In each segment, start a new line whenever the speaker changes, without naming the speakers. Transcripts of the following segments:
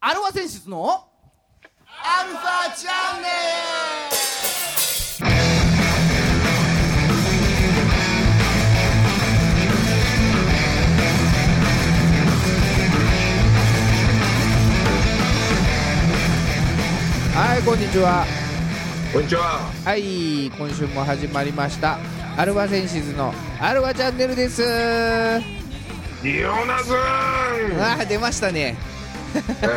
アルファ選出のアルファチャンネルはいこんにちは
こんにちは。
はい今週も始まりましたアルファセンシズのアルファチャンネルです
リオナズーン。
あー出ましたね
は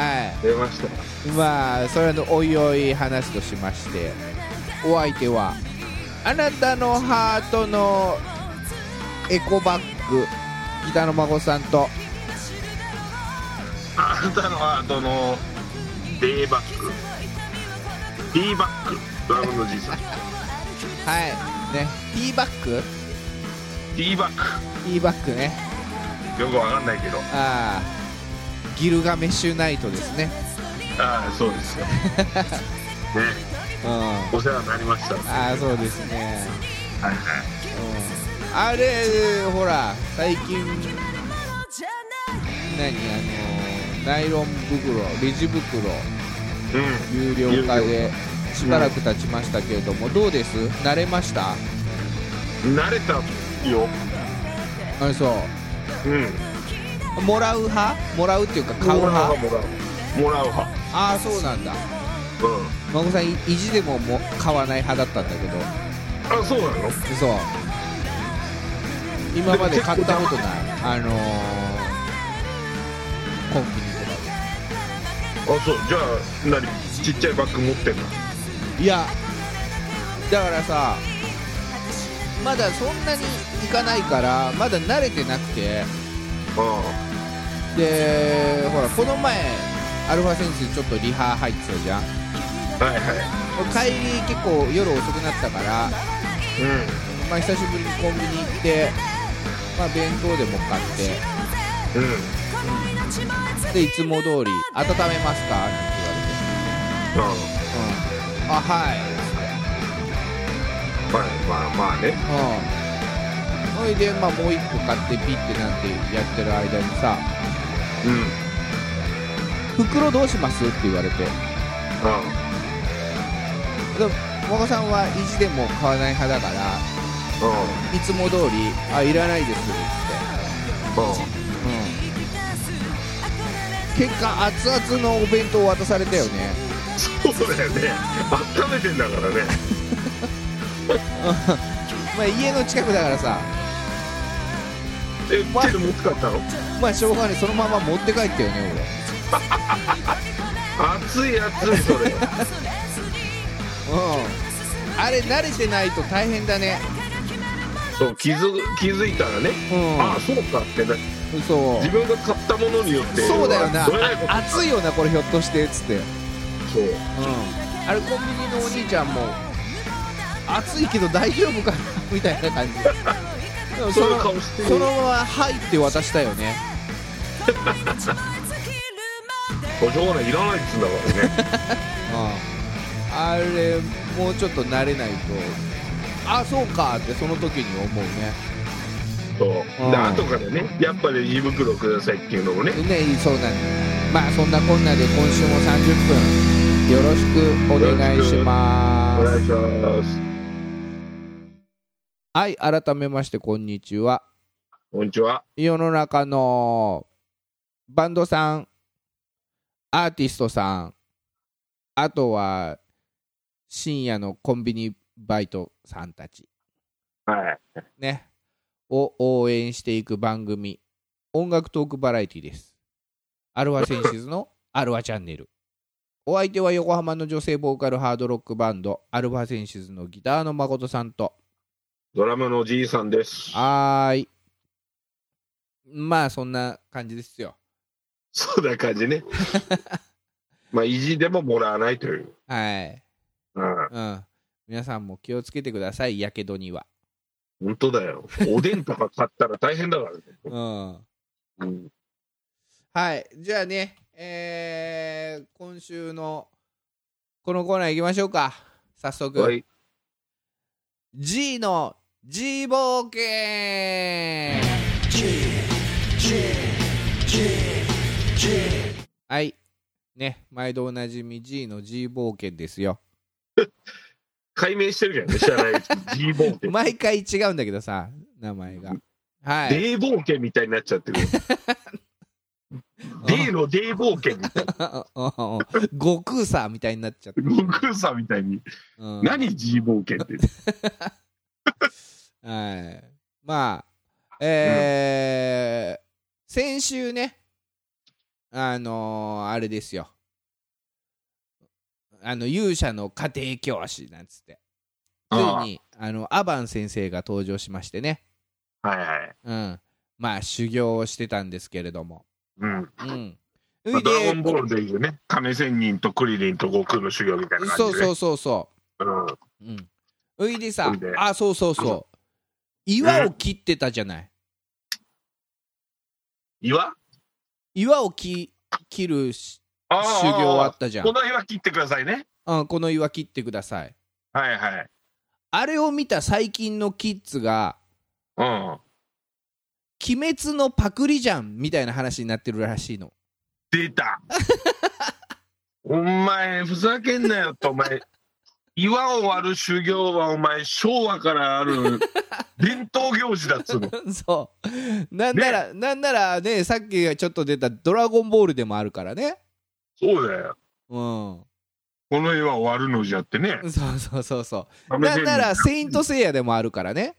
はい
い、出ました。
いまあそれのおいおい話としましてお相手はあなたのハートのエコバッグ北野孫さんと
あなたのハートの D バック、D バック、ドラムのじいさん、
はいね T バッグ
D バッ
T バッグね
ク、よくわかんないけど、
あーギルガメッシュナイトですね
ああそうです よ。ね、
うんあ
お世話になりました。は
あそうですね
いはい。
うんあれほら最近何あのナイロン袋レジ袋
う
有
ん。
料化でしばらく経ちましたけれども、どうです慣れました
慣れたよ。
あそう
うん。
もらう派もらうっていうか買う
もらう
派
派もらう。もらう派。
ああそうなんだ
う
孫さんい意地でもも買わない派だったんだけど
ん。あ、そうなの。
そう今まで買ったことないあのー、コンビニとかで
あ、そう。じゃあ、何、ちっちゃいバッグ持ってんの。
いやだからさまだそんなに行かないからまだ慣れてなくて
あ
でほらこの前アルファセンスちょっとリハ入ってたじゃん
あ。はいは
帰り結構夜遅くなったから、
い。う
まあ、久しぶりにコンビニ行って、まあ、弁当でも買っ
ん。うん。
てでいつも通り「温めますか?」なんて
あ
言
あ。
われて「うん、あはい
はい、まあまあね。」
うんほいで、まあ、もう一個買ってピッてなんてやってる間にさ
うん。
袋どうしますって言われてで
あ
ももこさんは意地でも買わない派だから
あ、
いつも通り「あいらないです」
あ
って、うん、結果熱々のお弁当を渡されたよね
あ。そうだよね。温めてんだからね。
まあ家の近くだからさ
え、手で持ってかったの
まあしょうがないそのまま持って帰ったよね
熱い熱い、それ。
俺うんあれ慣れてないと大変だね
そう、気づ、気づいたらね。
うん
ああ、そうかってな。
そ
自分が買ったものによって。
うそうだよな
どれだけ
あ熱いよなこれひょっとしてっつってうん
そう。
あれコンビニのお兄ちゃんも熱いけど大丈夫かなみたいな感じでも
そういう
そ
顔
の
してる
そのまま「はい」って渡したよね
おしょうがない、いらないっつうんだからね。
うんあれもうちょっと慣れないとあそうかってその時に思うね
そうう。
ん
で、後からね、やっぱり胃袋くださいっていうのもね。
ね、そうなんですまあそんなこんなで今週も30分よろしくお願いし
お
ま
願
す
いします。
はい改めましてこんにちは
こんにちは。
世の中のバンドさんアーティストさんあとは深夜のコンビニバイトさんたち
はい。
ねを応援していく番組音楽トークバラエティですアルファセンシズのアルファチャンネルお相手は横浜の女性ボーカルハードロックバンドアルファセンシズのギターの誠さんと
ドラムのおじいさんです。
はーいまあそんな感じですよ
そんな感じね。 まあ、意地でももらわないという。
はい
うん。
うん皆さんも気をつけてくださいやけどには
本当だよ。おでんとか買ったら大変だからね。
うん
うん。
はいじゃあねえー今週のこのコーナー行きましょうか早速
はい。
G の G 冒険はい。ね、毎度おなじみ G の G 冒険ですよ。
解明してるじゃんね、知らないう ちに G 冒険。
毎回違うんだけどさ、名前が。はい。
デー冒険みたいになっちゃっ てる。デーのデー冒険みたいな。
悟空さんみたいになっちゃった。
悟空さんみたいに。
うん
何 G 冒険って。
はい。まあ、えー先週ね、あのーあれですよ。あの、勇者の家庭教師なんつって。つ
ああ
いに、あの、アバン先生が登場しましてね。
はいはい。
うん。まあ、修行をしてたんですけれども。
うん。
うん。
まあドラゴンボ
ル
ールでいうね、亀仙人とクリリンと悟空の修行みたいな
そ
感
う
じで、
そ
ね。
うそうそう。
うん
うん。ういでさ
ほいで、
あ、そうそうそう。岩を切ってたじゃない。
岩
岩を切切るし
ああ
修行あったじゃん
こ。の岩切ってくださいね。
うん、この岩切ってください。
はいはい。
あれを見た最近のキッズが、
うん。
鬼滅のパクリじゃんみたいな話になってるらしいの。
出た。 お前、ふざけんなよと、お前。岩を割る修行は、お前、昭和から ある伝統行事だっつうの。
そう。なんなら、なんならね、さっきがちょっと出たドラゴンボールでもあるからね。
そうだよ。
うん。
この岩を割るのじゃってね。
そうそうそうそう。なんなら、
セ
セイントセイヤでもあるからね。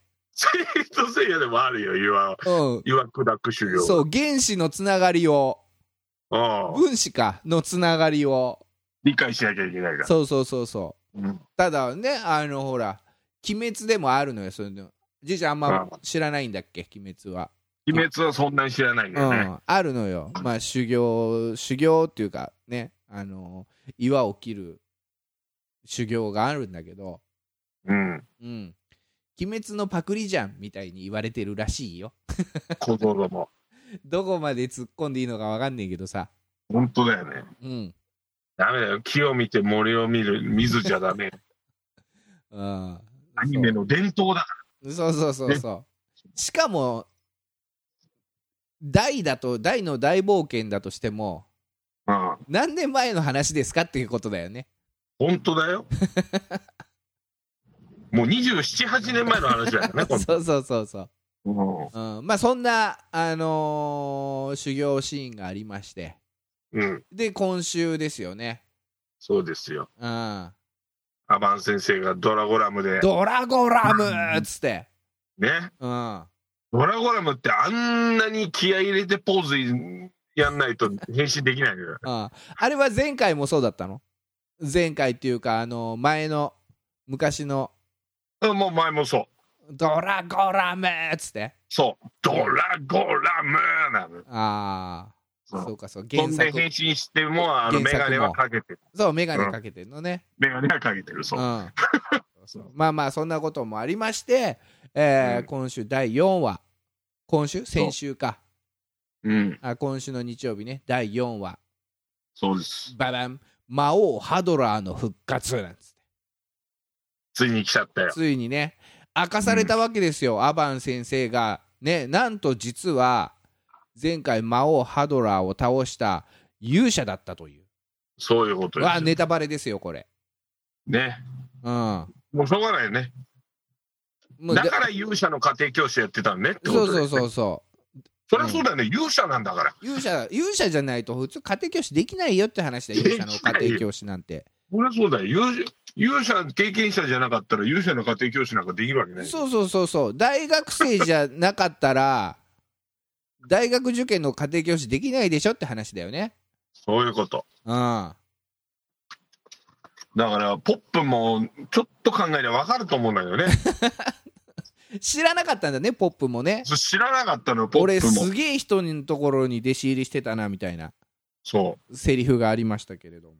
イントセイヤでもあるよ、岩を。
うん。
岩砕く修行。
そう、原子のつながりを、
ああ
分子か、のつながりを。
理解しなきゃいけないから。
そうそうそうそう。
うん
ただねあのほら鬼滅でもあるのよそういうのじいちゃんあんま知らないんだっけ鬼滅は、
鬼滅はそんなに知らないんだよ
う
ね。
んあるのよまあ修行修行っていうかねあの岩を切る修行があるんだけど
う
う
ん。
ん鬼滅のパクリじゃんみたいに言われてるらしいよ
小僧も。
どこまで突っ込んでいいのかわかんないけどさ
本当だよね。
うん、
ダメだよ。木を見て森を見る、水じゃダメ。
うん、
アニメの伝統だか
そうそうそうそう。しかも、大だと、大の大冒険だとしても、
ら。うん。
何年前の話ですかっていうことだよね。
本当 だよ。もう27、8年前の話だ よね、こ
そうそうそうそう。
の。
うん、まあそんな、あのー修行シーンがありまして。
うん。うん。
で、今週ですよね。
そうですよ。
うん。
アバン先生がドラゴラムで。
ドラゴラムっつって。
ね。
うん。
ドラゴラムってあんなに気合い入れてポーズやんないと変身できないのよ。
うんあれは前回もそうだったの前回っていうか、あのー前の、昔の、
うんもう前もそう。
ドラゴラムっつって。
そう。ドラゴラムなの。
ああ、
そう
そうかそう、
そ
原
んで
作
変。身しても、あ
原
の、メ
作も
ガネはかけてる。
そう、メガネかけてんのね。
メガネはかけてる、そうう。
ん。そうそうまあまあ、そんなこともありまして、えー
うん
今週第4話、今週先週か
うん、
あ、今週の日曜日ね、第4話、
そうです。
ババン、魔王ハドラーの復活なんつって、
ついに来ちゃったよ。
ついにね、明かされたわけですよ、アバン先生が。ね、なんと実は、前回魔王ハドラーを倒した勇者だったという。
そういうこと
う
です
わ、
よ。
ネタバレですよ、これ。
ね。
うん。
もうしょうがないよね。
もう
だから勇者の家庭教師やってたんねってこ
そ
と
う
で、ね。
そうそうそ
そりゃそうだよね。勇者なんだから。
う勇者勇者じゃないと普通家庭教師できないよって話だよ
で
勇
きな
者
い
の家庭教師なんて
そりゃそうだよ。勇者、勇者経験者じゃなかったら勇者の家庭教師なんかできるわけない。
そうそうそうそう大学生じゃなかったら 大学受験の家庭教師できないでしょって話だよね
そういうこと。
うん
だから、ポップもちょっと考えりゃ分かると思うんだよね。
知らなかったんだねポップもね
知らなかったの、ポ
俺
ップも
す。げえ人のところに弟子入りしてたなみたいな
そ
セリフがありましたけれども
う。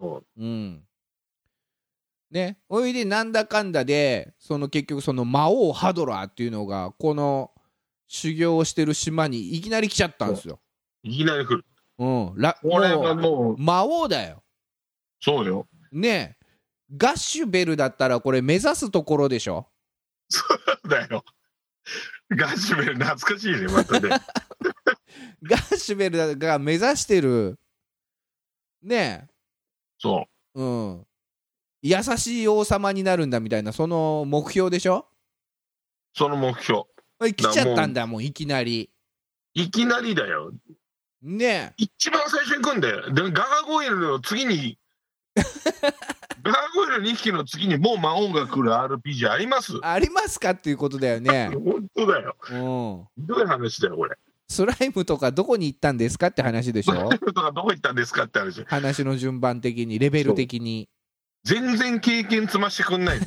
そう
うんねおいでなんだかんだでその結局その魔王ハドラーっていうのがこの修行をしてる島にいきなり来ちゃったんですよ。
いきなり来る。
うん、ら
これは
も
もう
う、魔王だよ。
そうよ。
ねえガッシュベルだったらこれ目指すところでしょ
だよ。ガジュベル 懐かしいね、またね。
ガッシュベルが目指してるね
そ
え、うん、優しい王様になるんだみたいなその目標でしょ
う。その目標。
来ちゃったんだもんいきなり
いきなりだよ。
ね
一番最初に来んだよ。で、ガガゴイルの次 に、ガガゴイル2匹の次にもう魔王が来る RPG あります。
えありますかっていうことだよね、
本当だよ。
うん、
ひどい話だよ、これ。
スライムとかどこに行ったんですかって話でしょ
とか どこ行ったんですかって話。
話の順番的にレベル的に
全然経験積ましてくんないの。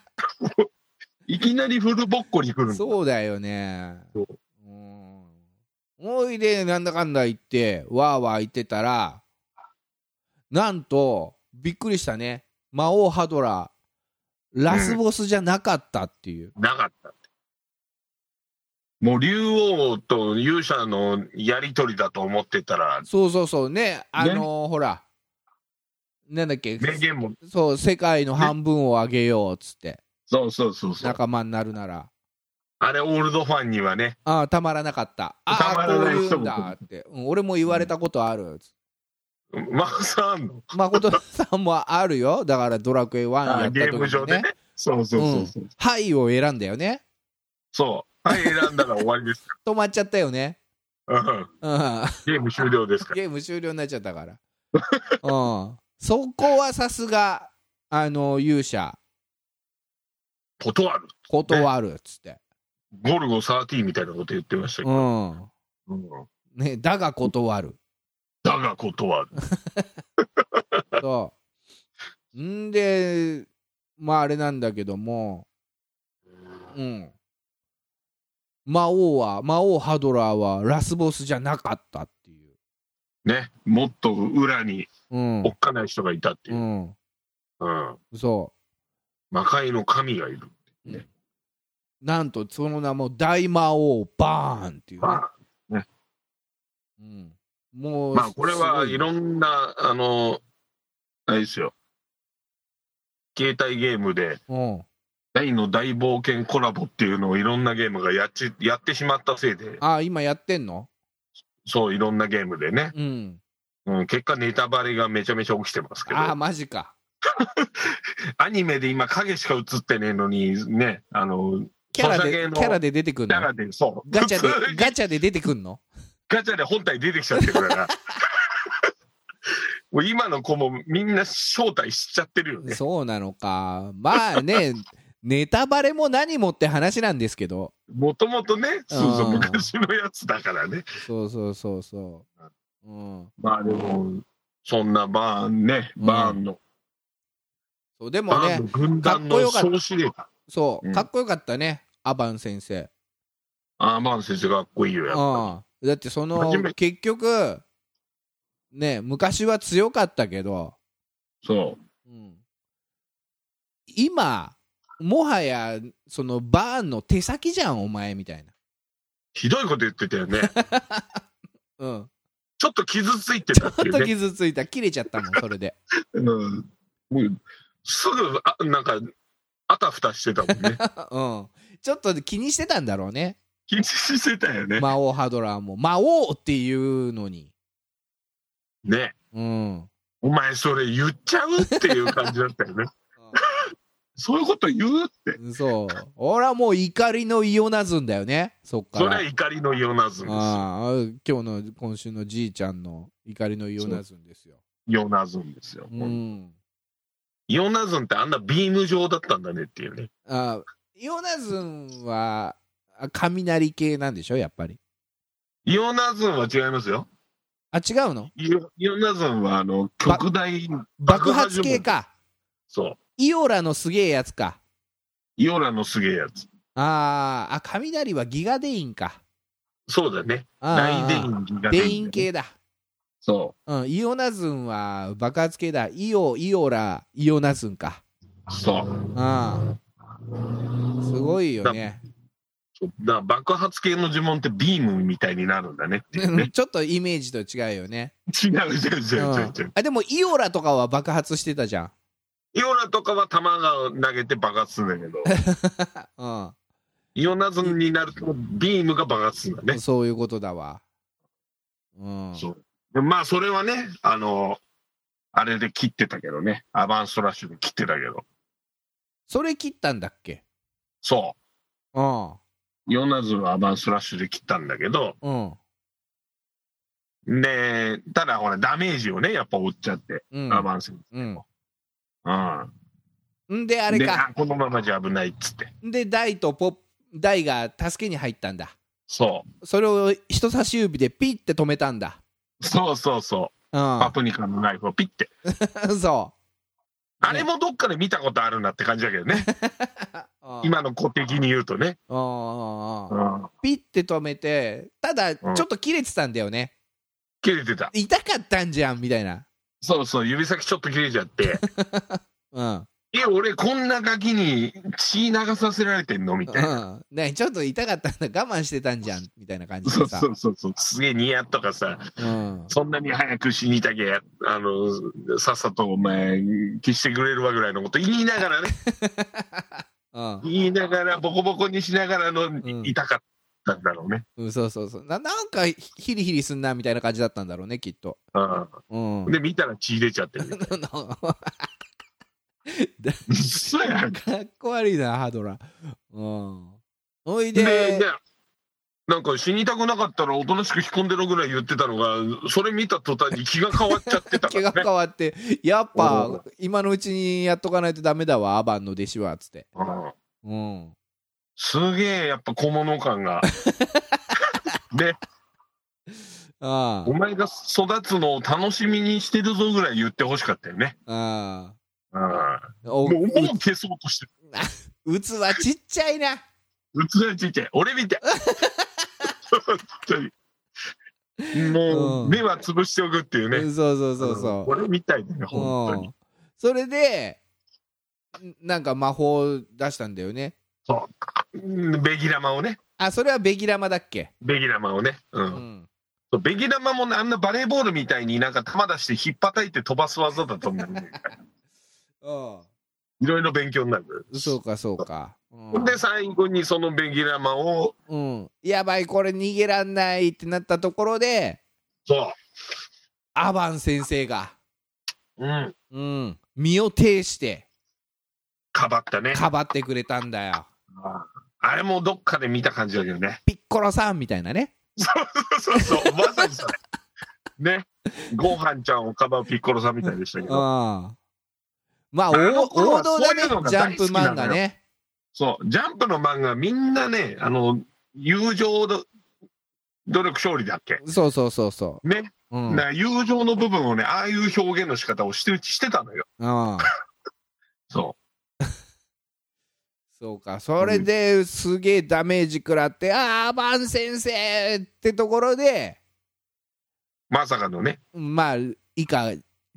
いきなりフルボッコに来るの。
そうだよね
そう
うんおいでなんだかんだ言ってわーわー言ってたらなんとびっくりしたね魔王ハドラーラスボスじゃなかったっていう、
なかったって。もう竜王と勇者のやりとりだと思ってたら、
そうそうそうねあのーほらなんだっけ
名言も、
そう世界の半分をあげようっつって
そうそうそうそう。
仲間になるなら
あれ、オールドファンにはね、
ああたまらなかったあ
た
あ
ま
こ
ら
う
ない
い
人
うんだって、うん俺も言われたことある
マーさんあんの
誠さんもあるよだから「ドラクエ1」
あ
やった
ゲ
時
ーム上
に
で
ね
ね。そうそうそうそう。
「はい」を選んだよね
そう。はい、選んだら終わりです。
止まっちゃったよね、
うん
うん、
ゲーム終了ですから。
ゲーム終了になっちゃったからうんそこはさすがあの勇者
断る。
断るっつって、
ゴルゴ13みたいなこと言ってましたけ
う
ど。
ん
うん
ねだが断る
だが断る。
とんでまああれなんだけどもうん魔王は魔王ハドラーはラスボスじゃなかったっていう
ね。もっと裏に
うん
おっかない人がいたっていうう。
ん、
うん。
そ
魔界の神がいる。
うなんとその名も大魔王バーンっていうね、
まあ、
うん、もう
まあ、これはい
ん
ろんな、あの、あれですよ。携帯ゲームで
うん、
大の大冒険コラボっていうのをいろんなゲームがやっちやってしまったせいで、
あ今やってんの
そう、いろんなゲームでね。
うん
うん、結果ネタバレがめちゃめちゃ起きてますけど
あマジか
アニメで今影しか映ってねえのにねあの
キャラ
ソシャゲ
で
の
キャラで出てくん
だか
の
らでそう
ガチャで
普通に
ガチャで出てくんの
ガチャで本体出てきちゃってるから もう今の子もみんな招待しちゃってるよね
そうなのかまあ ねネタバレも何もって話なんですけど
もともとねそうそ
う
う
ん
昔のやつだからね
そうそうそうそう、うん、
まあでもそんなバーンね
うん
バーンの、
そうでも
バー
ね
ンの軍団の総司令官
そううんかっこよかったね、アバン先生
あーバーン先生かっこいいよやっぱ
うん、だってその
初め
結局ね昔は強かったけど、
そ
うん今もはやそのバーンの手先じゃんお前みたいな、
うひどいこと言ってた よね
うん、
ちょっと傷ついて
ち
た
ょっ
っていう
と
ね
傷ついた切れちゃ ったもんそれで
うん、もうすぐあなんかあたふたしてたも んね
うんちょっと気にしてたんだろうね
緊張してたよね、
魔王ハドラーも魔王っていうのに
ね
うん
お前それ言っちゃうっていう感じだった よねそういうこと言うって
うんそう俺はもう怒りのイオナズンだよねそっか
それ
ら
は怒りのイオナズンですよ
ああ今日の今週のじいちゃんの怒りのイオナズンですよ。
イオナズンですよ、
うん、
イオナズンってあんなビーム状だったんだねっていうね
あイオナズンはあ雷系なんでしょやっぱり。
イオナズンは違いますよ
あ違うの
イオイオナズンはあの
ば
極大
爆発系
か
か。
そう
イオラのすげえやつか。
イオラのすげえやつ
あーあ雷はギガデインか。
そうだね
あ
大
ー
デインギガ
デイン系だ。
そ
うん、イオナズンは爆発系だ。イオ、イオラ、イオナズンか。
うそう
ああすごいよね。
そうだから爆発系の呪文ってビームみたいになるんだねっていうね
ちょっとイメージと違うよね。
違う違う違う違う違う、
あでもイオラとかは爆発してたじゃん。
イオラとかは球が投げて爆発するんだけど
うん
イオナズンになるとビームが爆発するんだね、
そういうことだわ。うん、
そうでまあそれはねあのあれで切ってたけどね。アバンストラッシュで切ってたけど。
それ切ったんだっけ
そ
うん。
う。ヨナズはアバンストラッシュで切ったんだけど、
うん。
で、ただほら、ダメージをね、やっぱ負っちゃって、
うん。
アバンス。うん。
うん。んで、あれ
で、
か。
あこのままじゃ危ないっつって。
んで、ダイとポップ、ダイが助けに入ったんだ。
そ
それを人差し指でピッて止めたんだ。
う。そうそうそうう。パプニカのナイフをピッて。
ん。 そ
あれもどっかで見たことあるなって感じだけどね。
う。うん。
今の子的に言うとね。
うんうん
う
うん。
ん。
ピッて止めて、ただ、ちょ
ん
っと切れてたんだよね。
切れてた。
痛かったんじゃん、みたいな。
そうそう、指先ちょっと切れちゃ って。
うん。
え、俺こんなガキに血流させられてんのみたいな。
うん。ね、ちょっと痛かったんだ。我慢してたんじゃん、みたいな感じ
そ
で
う
さ。
そうそうそう。すげえニヤとかさ、
うん。
そんなに早く死にたけ、あの、さっさとお前、消してくれるわぐらいのこと言いながらね、
うん。
言いながら、ボコボコにしながらの
ん
痛かったんだろうね。
うん、そうそうそうななんかヒリヒリすんなみたいな感じだったんだろうねきっとうん
うん、で、見たら血出ちゃってる。
あの
そうやん。
かっこ悪いなハドラうんおい
で、
で
ね、なんか死にたくなかったらおとなしく引っ込んでろぐらい言ってたのが、それ見た途端に気が変わっちゃって たか
気
ら
が
ね
変。わってやっ
う
ぱ
ん
今のうちにやっとかないとダメだわアバンの弟子はつって
うん
うん
すげえやっぱ小物感が。 で、
あ
お前が育つのを楽しみにしてるぞぐらい言ってほしかったよね。
ああ
うん。
あお
もう、
う
もう消そうとしてる。
器ちっちゃいな
器がちっちゃい。俺みたい。本当に。もう、
うん
目は潰しておくっていう
う
ね。
んそうそうそうそう
俺みたいだね、本当
う
に
ん。それでんなんか魔法出したんだよね
そううん。ベギラマをね。
あそれはベギラマだっけ
ベギラマをね。う。
うんん
そうベギラマもねあんなバレーボールみたいになんか球出して引っ叩いて飛ばす技だと 思うんだよね。
うん
いろいろ勉強になる。
そうかそうか。
ほんで最後にそのベギラマを
うん、やばいこれ逃げらんないってなったところで
そ
アバン先生が、
う、うん、
うん、身を挺して
かばったね
かばってくれたんだよ。
あれもどっかで見た感じだけ どね
ピッコロさんみたいなね。
そうそうそうまさにさねご飯ちゃんをかばうピッコロさんみたいでした
う
け
ん、
ど
まあ
あの
王
頃は
王道だね
そういうのが
ジャ
大
ン
好
プ
きなのよ
漫画ね。
そうジャンプの漫画みんなねあの友情ど努力勝利だっけ
そうそうそうそ
ね、
う。うん、
だから友情の部分をねああいう表現の仕方をしてしてたのよ
うん、
そ
そうかそれですげえダメージ食らって「あーアバン先生!」ってところで
うまさかのね
まあ以下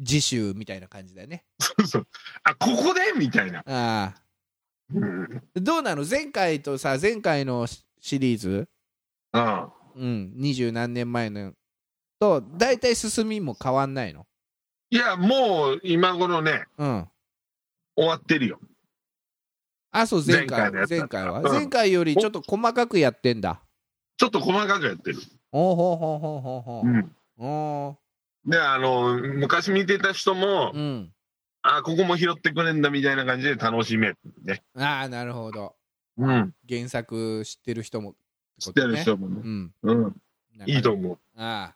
次週みたいな感じだね。
そうそうあここでみたいな、
ああ
うん
どうなの前回とさ前回のシシリーズ
うん、
うん二十何年前のと大体進みも変わんないの
いやもう今頃ね
うん
終わってるよ
あそう前回
前回のやつだ
前回は、
うん
前回よりちょっと細かくやってんだ
ちょっと細かくやってる。
おうほうほうほうほうほ
うん、
うお
で、あの、昔見てた人も、
ーうん
あ、ここも拾ってくれんだみたいな感じで楽しめるね。
ああなるほど
うん。
原作知ってる人も
知ってる人も
う
ね。
ん
うん。いいと
思
思う。
うああ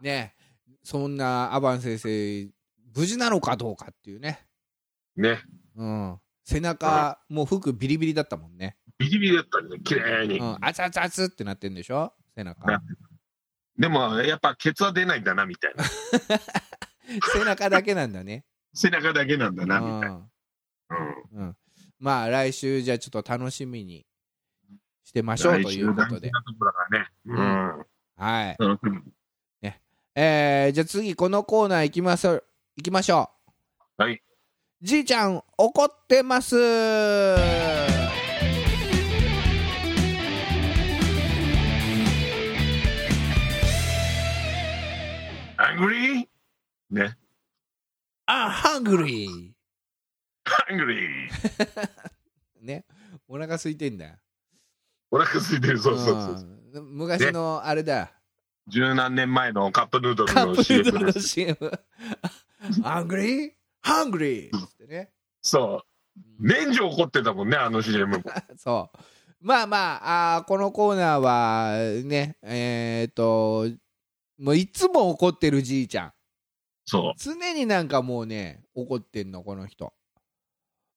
ねえそんなアバン先生無事なのかどうかっていうね
ね。
うん背中もう服ビリビリだったもんね
ビリビリだったね。綺麗に
う。ん、あつあつあつってなってんでしょ背中
なでも、やっぱケツは出ないんだな、みたいな。
背中だけなんだね、
背中だけ なんだ
う
な、みたい
ん
な。うん。
うん、まあ来週じゃあちょっと楽しみにしてましょうというこ
大
と
事
で
なとこだからね。うん。
はい、
うん
えー、じゃあ次このコーナー行きましょう行きましょう
はい
じいちゃん怒ってます
アングリーね。
あハングリー
アングリー。
ねお腹空いてんだよ
お腹空いてる。そうそうそう。
ん昔のあれだ
十何年前のカップヌードル
カッ
の
プヌー
CM
ドル
で
の
す。
CM Hungry? Hungry! ってね。
そう年中怒ってたもんねあの CM も
そう。まあまあ、あーこのコーナーはね、えっ、と、もういつも怒ってるじいちゃん。
そう
常になんかもうね、怒ってんの、この人。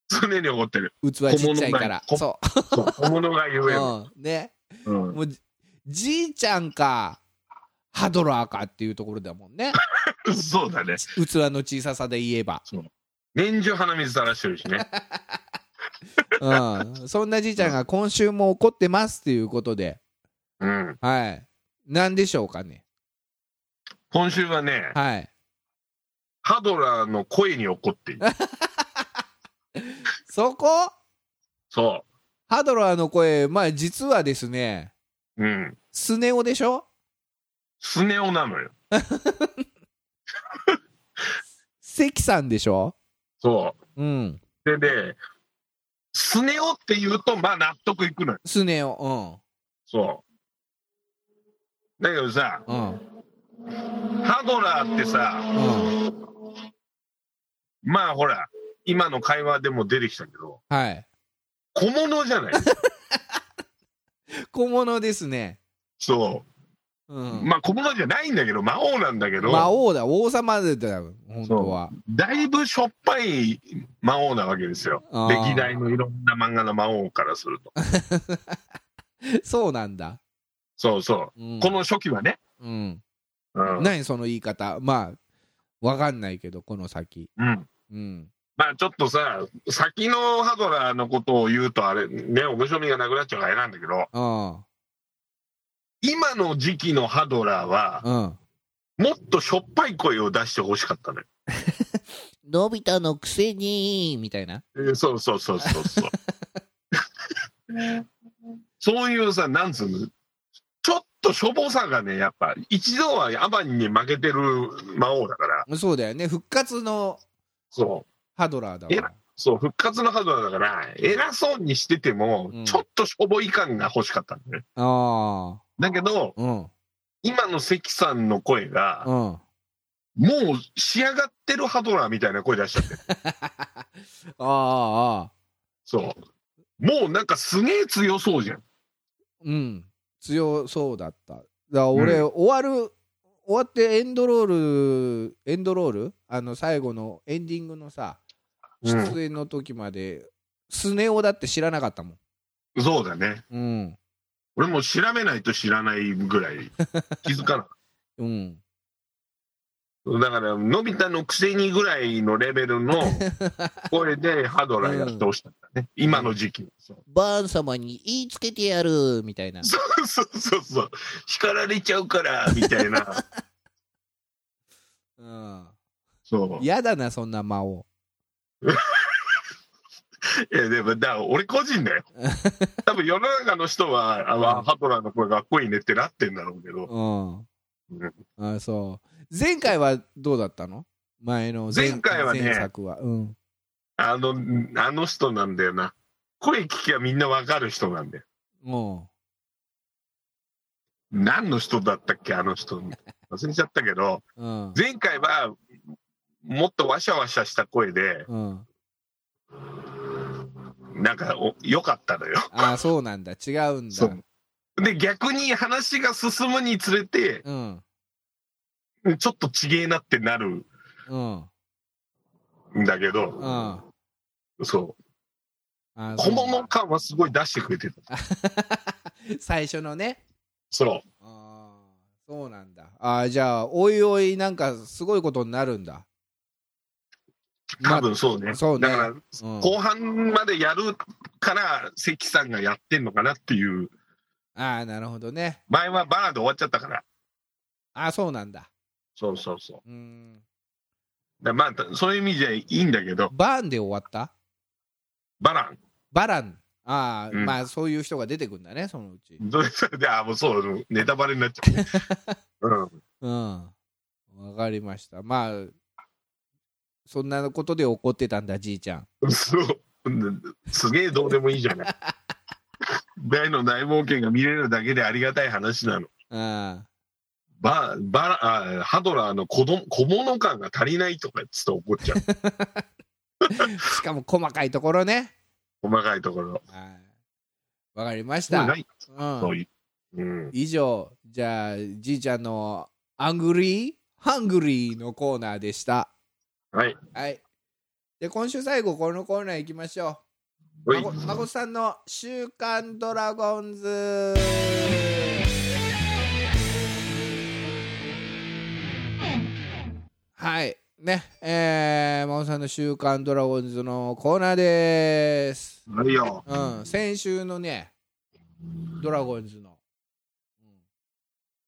常に怒ってる
器ちっちゃいから。
小物が
そ
そう小物が言
う。
える
うん、ね。
うん
もうじ、じいちゃんか、ハドラーかっていうところだもんね。
そうだね。
器の小ささで言えば。
年中鼻水垂らしてるし ね。
うん。そんなじいちゃんが今週も怒ってますっていうことで、
うん。
はい。なんでしょうかね。
今週はね、
はい。
ハドラーの声に怒ってる。
そこ
そ
ハドラーの声、まあ実はですね、
う。うん。
スネ夫でしょ
スネ夫なのよ。
関さんでしょ
そ
うん。
う。でね、スネ夫って言うと、まあ納得いくのよ。
スネ夫。
そう。だけどさ、
うん。うん。
ハドラーってさ、
うん。
まあほら、今の会話でも出てきたけど、
はい。
小物じ ゃない。
小物ですね。
そうう。
ん。
まあ小物じゃないんだけど、魔王なんだけ
魔
ど、
王だ、王様だよ、本当は。
だいぶしょっぱい魔王なわけですよ。
あー
歴代のいろんな漫画の魔王からすると。
そうなんだ。
そうそうう。
ん
この初期はね。
うん。
うん。
何その言い方。まあ、わかんないけど、この先。
うん
うん。
まあちょっとさ、先のハドラーのことを言うとあれ、ね、面白みがなくなっちゃうからあれなんだけど、
あ
今の時期のハドラーは、
あ。うん。
もっとしょっぱい声を出してほしかったね。
のび太のくせにみたいな。
えーそうそうそうそう そう。そういうさ、なんつうの、ちょっとしょぼさがね、やっぱ、一度はアバンに負けてる魔王だから、
そうだよね。復活の
そう。
ハドラーだわ。
そう、復活のハードだから、偉そうにしてても
うん、
ちょっとしょぼい感が欲しかったんだね。
ああ。
だけど、
うん。
今の関さんの声が、
うん。
もう仕上がってるハドラーみたいな声出しちゃってる。
ああ、ああ。
そう。もうなんかすげえ強そうじゃん。
うん。強そうだった。だから俺、
う
終わる、終わってエンドロール、エンドロールあの、最後のエンディングのさ、
うん
出演の時まで、スネ夫だって知らなかったもん。
そうだね。
うん。
俺も調べないと知らないぐらい 気づかなかっ
うん。
た。だから、のび太のくせにぐらいのレベル の声でハドラーやってほしかったね。今の時期もそう
バーン様に言いつけてやるみたいな。
そうそうそうそう。叱られちゃうから、みたい な。
うん。
そう。い
嫌だな、そんな魔王。
や、でも、だから俺個人だ よ。多分世の中の人は、あ
うん
ハドラーの声かっこいいねってなってんだろうけど、
うん。あそう。前回はどうだったの前の
前回はね
前作は。うん。
あの、あの人なんだよな。声聞きゃみんなわかる人なんだよ。
も
何の人だったっけ、あの人。忘れちゃったけど、
う。うん。
前回は、もっとわしゃわしゃした声で、
うん。
なんかお、良かったのよ。
ああ、そうなんだ。違うん
そ
だ。
うで、逆に話が進むにつれて、
うん。
ちょっとちげえなってなる
うん。
んだけ
うん。
ど、
あ
そ
あ
う。
そ
小
う
物感はすごい出してくれてた。
最初のね。
そ
ああ、そうなんだ。ああ、じゃあ、おいおい、なんかすごいことになるんだ。
う。多分そうね。
そうね
だから、
うん、
後半までやるから、関さんがやってんのかなっていう。
ああ、なるほどね。
前はバーで終わっちゃったから。
ああ、そうなんだ。
そうそうそう
ーん。
う。だまあ、そういう意味じゃいいんだけど、
バーンで終わった
バラン。
バラン。ああ、
うん
まあ、そういう人が出てくんだね、そのうち。
どうしたで、あ、もうそう、ネタバレになっちゃうね。 う
うん。
ん。
わかりました。まあ、そんなことで怒ってたんだ、じいちゃん。
そう。すげえどうでもいいじゃない。大の大冒険が見れるだけでありがたい話なの。
うん。
ババラあハドラーの子ど小物感が足りないとかっつって怒っちゃう
しかも細かいところね。
細かいところ
はいわかりまし
これ
た
な。い
うん
そういう、うん、
以上じゃあじいちゃんのアングリーハングリーのコーナーでした
はい
はいで今週最後このコーナー行きましょう
お
ま
い
こまこさんの「週刊ドラゴンズ」はいねえー、まこさんの「週刊ドラゴンズ」のコーナーです
はいよ
うん、先週のね、ドラゴンズの、うん、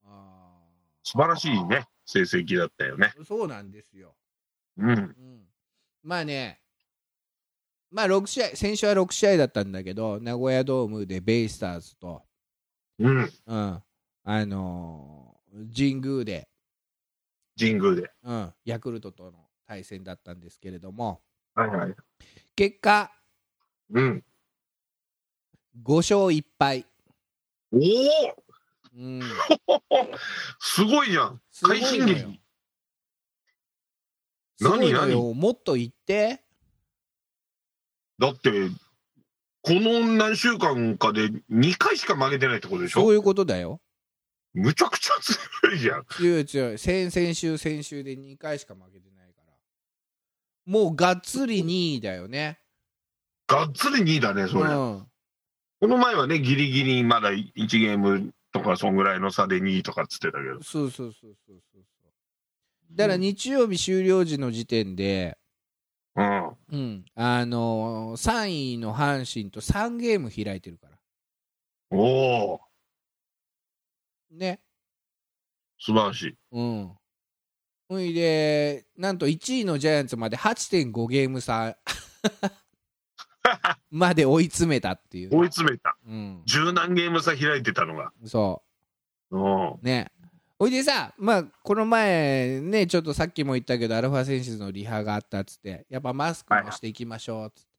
あ
素晴らしいね成績だったよね
ーそうなんですよ。
うん
うん、まあね、まあ6試合、先週は6試合だったんだけど、名古屋ドームでベイスターズと、
うん
うん、あのー神宮で、
神宮で
うん、ヤクルトとの対戦だったんですけれども、
はいはい
結果、
うん
5勝1敗。
おお
うん、
すごいじゃん
すごいのよ
快進撃
すごいの
何
よもっと言って。
だってこの何週間かで2回しか負けてないってことでし
そ
ょ
ういうことだよ。
むちゃくちゃ強いじゃん
強い強い。先々週、先週で2回しか負けてないから。もうがっつり2位だよね。
がっつり2位だねそれ、
ん。
この前はねギリギリまだ1ゲームとかそんぐらいの差で2位とかっつってたけど
そうそうそうそうそうそう。だから日曜日終了時の時点で、
うん
うん、あのー、3位の阪神と3ゲーム開いてるから。
おお
ね。
素晴らしい
うん。ほいで、なんと1位のジャイアンツまで8.5ゲーム 差まで追い詰めたっていう。
追い詰めた
うん、
十何ゲーム差開いてたのが
そ
うん
うねほいでさまあこの前ねちょっとさっきも言ったけどアルファセンシズのリハがあったっつってやっぱマスクもしていきましょうっつって、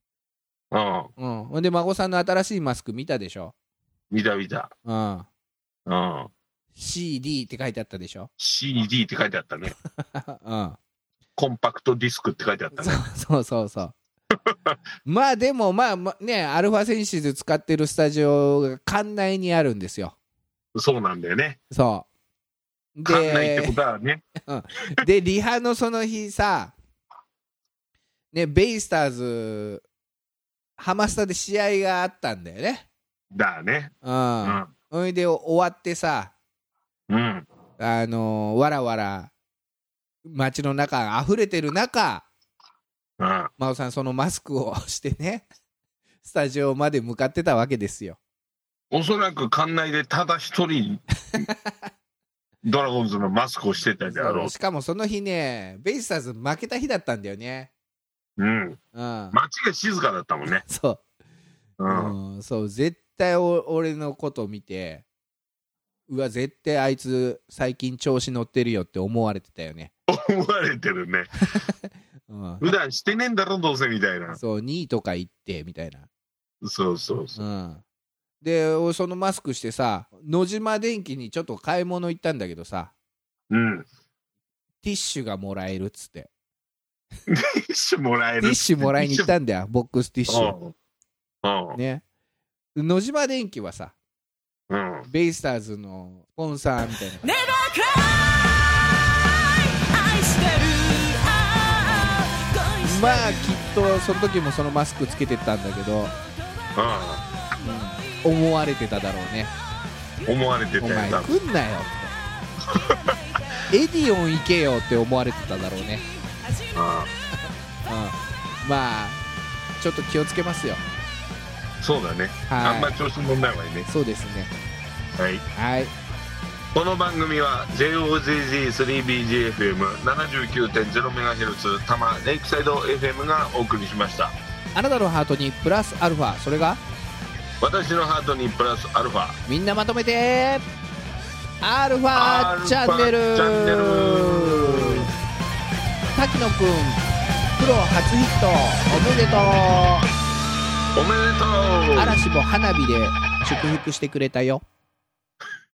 うん
うん、ほんで孫さんの新しいマスク見たでしょ、
見た見た
うん、
うん
CD って書いてあったでしょ、
CD って書いてあったね
うん、
コンパクトディスクって書いてあったね
そうそうそうそうまあでもまあまあねアルファセンシズ使ってるスタジオが館内にあるんですよ
そうなんだよね
そうで
館内ってことはね
でリハのその日さ、ね、ベイスターズハマスタで試合があったんだよね。
だね
う
うんん
ほいで終わってさ、
うん
あのーわらわら街の中が溢れてる中
うん
真央さんそのマスクをしてねスタジオまで向かってたわけですよ。
おそらく館内でただ 一人ドラゴンズのマスクをしてたであろう
しかもその日ねベイスターズ負けた日だったんだよね。
うん
うん、
街が静かだったもんね
そう
うん
うん、そう絶対お俺のこと見てうわ絶対あいつ最近調子乗ってるよって思われてたよね、
思われてるね
うん、
普段してねえんだろどうせみたいな
そう2位とか行ってみたいな、
そうそうそう
うん、で俺そのマスクしてさ野島電機にちょっと買い物行ったんだけどさ
うん
ティッシュがもらえるっつって
ティッシュもらえ
テ
る
ィッシュもらいに行ったんだよボックスティッシュ
うんうん
ね野島電機はさ
うん
ベイスターズのスポンサーみたいな感じ
「愛してるああ恋してる
まあきっとその時もそのマスクつけてたんだけど
う
思われてただろうね
ん思われて
お
た
前
よな
来んなよ ってエディオン行けよって思われてただろうね、うん、まあちょっと気をつけますよ
うんそうだね
はい
あんま調子乗んないわよね
そうですね
はい
はい
この番組は JOZZ3BGFM79.0MHz 多摩レイクサイド FM がお送りしました
あなたのハートにプラスアルファそれが
私のハートにプラスアルファ
みんなまとめてアルフ
ア
ァ
ルファ
チャンネル
チャンネル
滝野くんプロ初ヒットおめでとう
おめでとう
嵐も花火で祝福してくれたよ